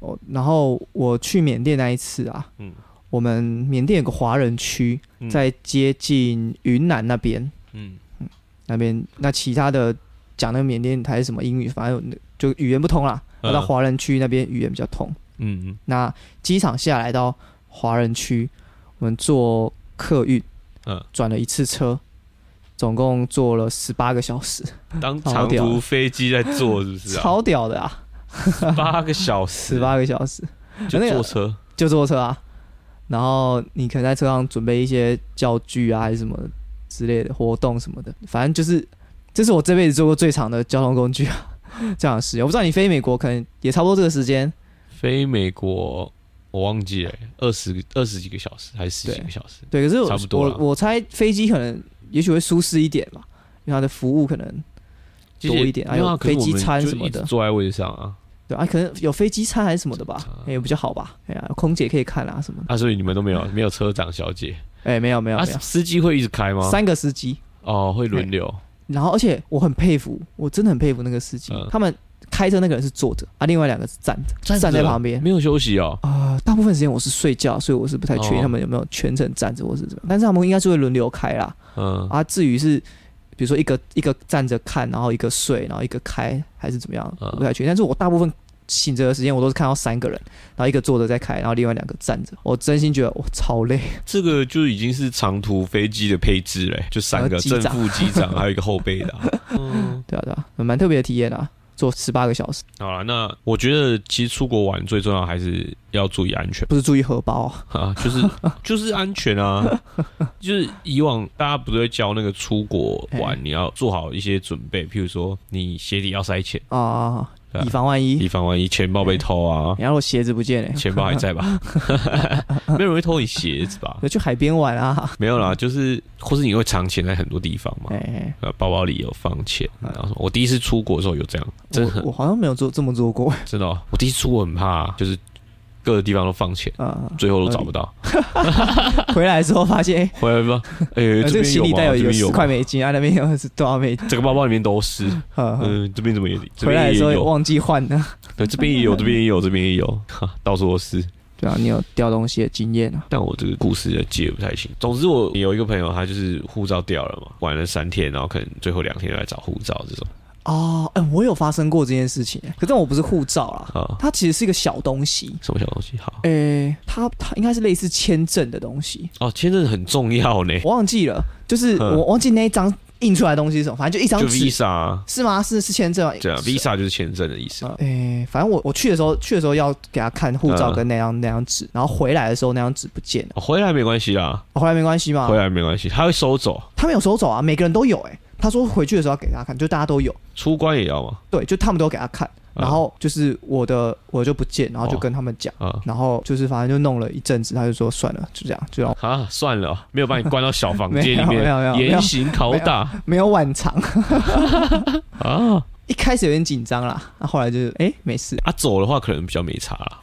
Speaker 2: 哦，然后我去缅甸那一次啊，
Speaker 1: 嗯
Speaker 2: 我们缅甸有个华人区
Speaker 1: 嗯，
Speaker 2: 在接近云南那边，
Speaker 1: 嗯
Speaker 2: 那边那其他的讲那个缅甸还是什么英语，反正有就语言不通啦。
Speaker 1: 嗯
Speaker 2: 那到华人区那边语言比较通。
Speaker 1: 嗯嗯
Speaker 2: 那机场下来到华人区，我们坐客运，
Speaker 1: 嗯，
Speaker 2: 转了一次车，总共坐了十八个小时，
Speaker 1: 当
Speaker 2: 好
Speaker 1: 长
Speaker 2: 屌啊
Speaker 1: 途飞机在坐是不是啊？
Speaker 2: [laughs] 超屌的啊！
Speaker 1: 八个小
Speaker 2: 十
Speaker 1: 时
Speaker 2: 八个小时
Speaker 1: 就
Speaker 2: 那个
Speaker 1: 坐车，
Speaker 2: 就坐车啊，然后你可能在车上准备一些教具啊，还是什么之类的活动什么的，反正就是这是我这辈子坐过最长的交通工具啊。 [laughs] 这样是，我不知道你飞美国可能也差不多这个时间，
Speaker 1: 飞美国我忘记了，二十二十几个小时还是十几
Speaker 2: 对
Speaker 1: 个小时？
Speaker 2: 对，可是我
Speaker 1: 差不多啦
Speaker 2: 我我猜飞机可能也许会舒适一点吧，因为它的服务可能
Speaker 1: 其
Speaker 2: 多
Speaker 1: 实
Speaker 2: 一点，还
Speaker 1: 没有啊
Speaker 2: 有
Speaker 1: 可是
Speaker 2: 飞
Speaker 1: 我
Speaker 2: 机
Speaker 1: 们
Speaker 2: 餐
Speaker 1: 就
Speaker 2: 什么
Speaker 1: 一直
Speaker 2: 的，
Speaker 1: 坐在位置上啊。
Speaker 2: 对啊，可能有飞机餐还是什么的吧
Speaker 1: 啊，
Speaker 2: 哎、比较好吧，哎呀、空姐可以看啊什么的，
Speaker 1: 啊，所以你们都没有没有车长小姐
Speaker 2: 哎、没有没有
Speaker 1: 啊？
Speaker 2: 没有，
Speaker 1: 司机会一直开吗？
Speaker 2: 三个司机，
Speaker 1: 哦，会轮流。
Speaker 2: 然后而且我很佩服，我真的很佩服那个司机，
Speaker 1: 嗯
Speaker 2: 他们开车那个人是坐着啊，另外两个是站着，
Speaker 1: 站
Speaker 2: 在
Speaker 1: 着
Speaker 2: 旁边。
Speaker 1: 没有休息哦。
Speaker 2: 呃，大部分时间我是睡觉，所以我是不太确定
Speaker 1: 哦
Speaker 2: 他们有没有全程站着或是怎么样，但是他们应该是会轮流开啦。
Speaker 1: 嗯，
Speaker 2: 啊，至于是比如说一个一个站着看，然后一个睡，然后一个开，还是怎么样，
Speaker 1: 嗯
Speaker 2: 我不太确定。但是我大部分醒着的时间，我都是看到三个人，然后一个坐着在开，然后另外两个站着。我真心觉得我超累，
Speaker 1: 这个就已经是长途飞机的配置嘞，就三
Speaker 2: 还
Speaker 1: 个
Speaker 2: 有呃机
Speaker 1: 正
Speaker 2: 长
Speaker 1: 副机长，还有一个后备的啊、 [laughs] 嗯，
Speaker 2: 对啊对啊，蛮特别的体验啊，坐十八个小时，
Speaker 1: 好了，那我觉得其实出国玩最重要还是要注意安全
Speaker 2: 不是注意荷包啊。
Speaker 1: 啊，就是
Speaker 2: [laughs]
Speaker 1: 就是安全啊，就是以往大家不是会教那个出国玩
Speaker 2: 哎
Speaker 1: 你要做好一些准备，譬如说你鞋底要塞钱，
Speaker 2: 啊
Speaker 1: 对啊，
Speaker 2: 以防万一。
Speaker 1: 以防万一钱包被偷啊，
Speaker 2: 然后我鞋子不见了、
Speaker 1: 钱包还在
Speaker 2: [laughs]
Speaker 1: 吧？ [laughs] 没有人会偷你鞋子吧？
Speaker 2: 就去海边玩啊，
Speaker 1: 没有啦，就是或是你会藏钱在很多地方嘛
Speaker 2: 哎、，哎
Speaker 1: 呃，包包里有放钱，然后什么我第一次出国的时候有这样，真的
Speaker 2: 嗯我
Speaker 1: 很
Speaker 2: 我好像没有做这么做过，
Speaker 1: 真的哦、我第一次出国很怕啊、就是各个地方都放钱，
Speaker 2: 啊，
Speaker 1: 最后都找不到，
Speaker 2: 回来之后发现，哎、
Speaker 1: 回来
Speaker 2: [laughs]
Speaker 1: 吧，哎、这
Speaker 2: 呃这个
Speaker 1: 边
Speaker 2: 行
Speaker 1: 有
Speaker 2: 李
Speaker 1: 吗？
Speaker 2: 袋有一
Speaker 1: 这
Speaker 2: 个
Speaker 1: 边
Speaker 2: 十
Speaker 1: 有
Speaker 2: 块
Speaker 1: 吗，
Speaker 2: 美金啊，那边有是多少美金？
Speaker 1: 这个包包里面都是，
Speaker 2: 呵呵
Speaker 1: 嗯，这边怎么也这
Speaker 2: 回
Speaker 1: 边
Speaker 2: 来的
Speaker 1: 也
Speaker 2: 时呃候也
Speaker 1: 有，
Speaker 2: 忘记换呢，
Speaker 1: 对，这边也
Speaker 2: [laughs]
Speaker 1: 有，这边也有，这边也有， [laughs] 哈，到处都是。
Speaker 2: 对啊，你有掉东西的经验啊？
Speaker 1: 但我这个故事也记得不太清。总之，我有一个朋友，他就是护照掉了嘛，玩了三天，然后可能最后两天来找护照这种
Speaker 2: 哦，哎、我有发生过这件事情、可是我不是护照啦，
Speaker 1: 啊，
Speaker 2: 它其实是一个小东西，
Speaker 1: 什么小东西？好
Speaker 2: 哎、它它应该是类似签证的东西，
Speaker 1: 哦，签证很重要呢，
Speaker 2: 我忘记了，就是
Speaker 1: 嗯
Speaker 2: 我忘记那一张印出来的东西是什么，反正就一张
Speaker 1: 就
Speaker 2: 纸，
Speaker 1: Visa 啊
Speaker 2: 是吗？是是签证吗？
Speaker 1: 对啊，Visa 就是签证的意思。
Speaker 2: 哎、反正我我去的时候，去的时候要给他看护
Speaker 1: 嗯
Speaker 2: 照跟那张、那张纸，然后回来的时候那张纸不见了。
Speaker 1: 哦回来没关系啦，
Speaker 2: 哦、回来没关系嘛
Speaker 1: 回，来没关系，他会收走，
Speaker 2: 他们有收走啊，每个人都有哎、他说回去的时候要给他看，就大家都有，
Speaker 1: 出关也要嘛。
Speaker 2: 对，就他们都给他看。
Speaker 1: 嗯
Speaker 2: 然后就是我的我就不见，然后就跟他们讲，
Speaker 1: 啊
Speaker 2: 然后就是反正就弄了一阵子，他就说算了，就这样，就让我
Speaker 1: 啊，算了，没有把你关到小房间里
Speaker 2: [laughs] 没有
Speaker 1: 面
Speaker 2: 没有没有，没有
Speaker 1: 严刑拷打
Speaker 2: 没有晚场。 [laughs]
Speaker 1: 啊。
Speaker 2: 一开始有点紧张啦，那、后来就是哎、没事
Speaker 1: 啊，走的话可能比较没差啦。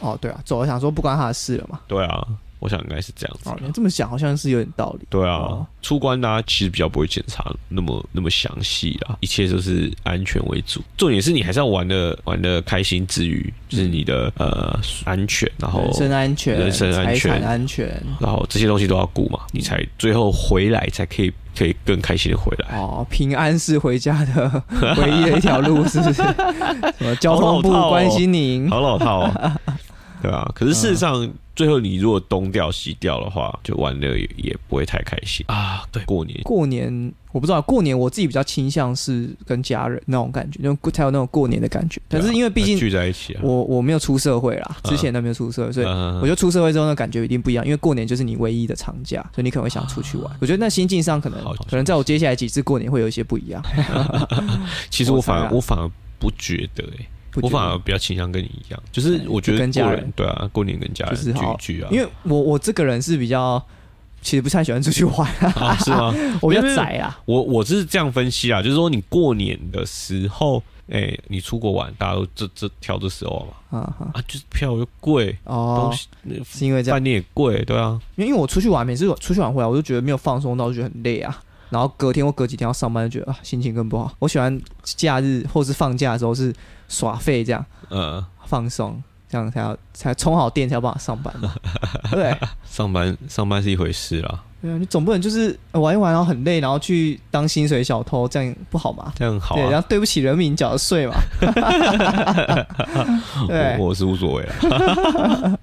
Speaker 2: 哦，对啊，走了想说不关他的事了嘛。
Speaker 1: 对啊，我想应该是这样子
Speaker 2: 哦，。你这么想好像是有点道理。
Speaker 1: 对啊，
Speaker 2: 哦
Speaker 1: 出关大家其实比较不会检查那么那么详细
Speaker 2: 嗯
Speaker 1: 啦，一切都是安全为主。重点是你还是要玩的玩的开心之余，就是你的
Speaker 2: 嗯
Speaker 1: 呃安全，然后
Speaker 2: 人身安全、
Speaker 1: 哦人身安全
Speaker 2: 财产安全，
Speaker 1: 然后这些东西都要顾
Speaker 2: 嗯
Speaker 1: 嘛，你才最后回来才可以可以更开心的回来。
Speaker 2: 哦，平安是回家的唯一的一条路，
Speaker 1: [laughs]
Speaker 2: 是不是？什么交通部
Speaker 1: 好老套哦
Speaker 2: 关心您？
Speaker 1: 好老套哦，
Speaker 2: [laughs]
Speaker 1: 对啊。可是事实上，
Speaker 2: 嗯
Speaker 1: 最后你如果东掉西掉的话，就玩的也也不会太开心啊。对，过年
Speaker 2: 过年我不知道，过年我自己比较倾向是跟家人那种感觉，就才有那种过年的感觉。
Speaker 1: 对
Speaker 2: 但
Speaker 1: 啊
Speaker 2: 是因为毕竟
Speaker 1: 聚在一起啊，
Speaker 2: 我我没有出社会啦，
Speaker 1: 嗯
Speaker 2: 之前都没有出社会，所以
Speaker 1: 嗯
Speaker 2: 我觉得出社会之后那感觉一定不一样。因为过年就是你唯一的长假，所以你可能会想出去玩。我觉得那心境上可能
Speaker 1: 嗯啊好好
Speaker 2: 可能在我接下来几次过年会有一些不一样。
Speaker 1: 其实我反
Speaker 2: 我
Speaker 1: 而
Speaker 2: 猜啊
Speaker 1: 我反而不觉得、欸，
Speaker 2: 不
Speaker 1: 我
Speaker 2: 觉
Speaker 1: 反
Speaker 2: 得
Speaker 1: 而比较倾向跟你一样，就是我觉
Speaker 2: 就
Speaker 1: 得
Speaker 2: 跟家
Speaker 1: 过
Speaker 2: 人
Speaker 1: 年对啊，过年跟家人
Speaker 2: 就
Speaker 1: 聚
Speaker 2: 是好
Speaker 1: 一聚啊， [laughs]
Speaker 2: 因为我我这个人是比较，其实不太喜欢出去玩， [laughs]
Speaker 1: 啊是吗？
Speaker 2: 我比较
Speaker 1: 没有
Speaker 2: 宅啊。
Speaker 1: 我我是这样分析啊，就是说你过年的时候，哎、你出国玩，大家都这这挑这时候嘛，
Speaker 2: 啊、嗯，
Speaker 1: 啊，就是票又贵，
Speaker 2: 哦
Speaker 1: 东，西那
Speaker 2: 是因为这样，
Speaker 1: 饭店也贵，对啊，
Speaker 2: 因为因为我出去玩，每次我出去玩回来，我就觉得没有放松到，就觉得很累啊。然后隔天或隔几天要上班，就觉得啊心情更不好。我喜欢假日或是放假的时候是耍废这样
Speaker 1: 呃，
Speaker 2: 放松，这样才要才充好电才有办法上
Speaker 1: [laughs]
Speaker 2: 班嘛，对不对？
Speaker 1: 上班上班是一回事啦，
Speaker 2: 对啊，你总不能就是呃玩一玩然后很累，然后去当薪水小偷，这样不好嘛？
Speaker 1: 这样好
Speaker 2: 对，然
Speaker 1: 啊，
Speaker 2: 后对不起人民缴的
Speaker 1: [laughs]
Speaker 2: 税嘛。 [laughs] 对
Speaker 1: 我我是无所谓啦， [laughs]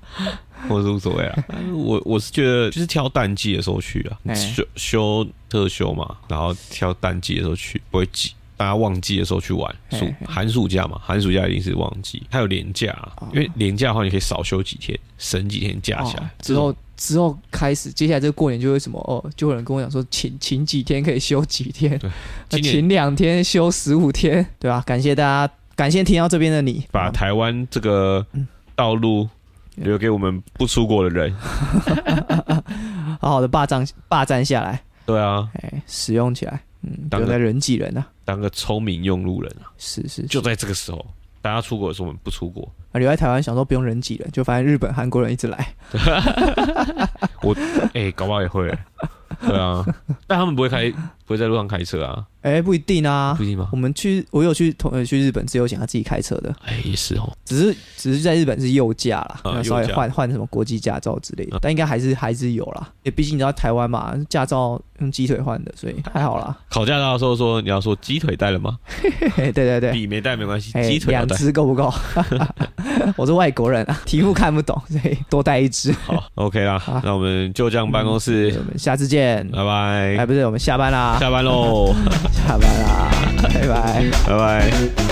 Speaker 1: 我是无所谓
Speaker 2: [laughs]
Speaker 1: 啦，我我是觉得就是挑淡季的时候去啊，
Speaker 2: 哎
Speaker 1: 休休特休嘛，然后挑淡季的时候去，不会挤。大家旺季的时候去玩，
Speaker 2: 嘿
Speaker 1: 暑
Speaker 2: 嘿
Speaker 1: 寒暑假嘛，寒暑假一定是旺季，还有年假啊、
Speaker 2: 哦
Speaker 1: 因为年假的话你可以少休几天，省几天假下来。
Speaker 2: 哦之后之后开始，接下来这个过年就会什么哦，就有人跟我讲说，请请几天可以休几天， [laughs] 那
Speaker 1: 今年
Speaker 2: 请两天休十五天，对吧、感谢大家，感谢听到这边的你，
Speaker 1: 把台湾这个
Speaker 2: 嗯
Speaker 1: 道路留给我们不出国的人。
Speaker 2: 好好的霸占霸占下来，
Speaker 1: 对啊，
Speaker 2: 哎，使用起来，嗯，不
Speaker 1: 当
Speaker 2: 用
Speaker 1: 然
Speaker 2: 再人挤人了、
Speaker 1: 当个聪明用路人啊！
Speaker 2: 是是，
Speaker 1: 就是在这个时候，大家出国的时候我们不出国，
Speaker 2: 啊留在台湾想说不用人挤人，就发现日本、韩国人一直来，
Speaker 1: 哎、搞不好也会、对啊，但他们不会开，不会在路上开车啊，
Speaker 2: 哎，不一定啊
Speaker 1: 不。一定吗
Speaker 2: 我？们去，我有去同呃去日本自由行，他自己开车的，
Speaker 1: 哎、也是哦，
Speaker 2: 只是只是在日本是右驾啦，
Speaker 1: 啊
Speaker 2: 要稍微
Speaker 1: 右驾
Speaker 2: 换换什么国际驾照之类的，
Speaker 1: 啊
Speaker 2: 但应该还是还是有啦。也毕竟你知道台湾嘛，驾照用鸡腿换的，所以还
Speaker 1: [laughs]
Speaker 2: 好啦。
Speaker 1: 考驾照的时候说你要说鸡腿带了吗？
Speaker 2: 嘿嘿，对对对，
Speaker 1: 笔没带没关系，
Speaker 2: 哎
Speaker 1: 鸡腿要
Speaker 2: 两
Speaker 1: 带。
Speaker 2: 只够不够？ [laughs] 我是外国人啊， [laughs] 题目看不懂，所以多带一只。
Speaker 1: 好，OK 啦，
Speaker 2: 好
Speaker 1: 那我们就这样办公室，
Speaker 2: 我们下次见。
Speaker 1: 拜拜，
Speaker 2: 哎，不对，我们下班啦，
Speaker 1: 下班喽，
Speaker 2: 下班啦，拜拜。
Speaker 1: 拜拜。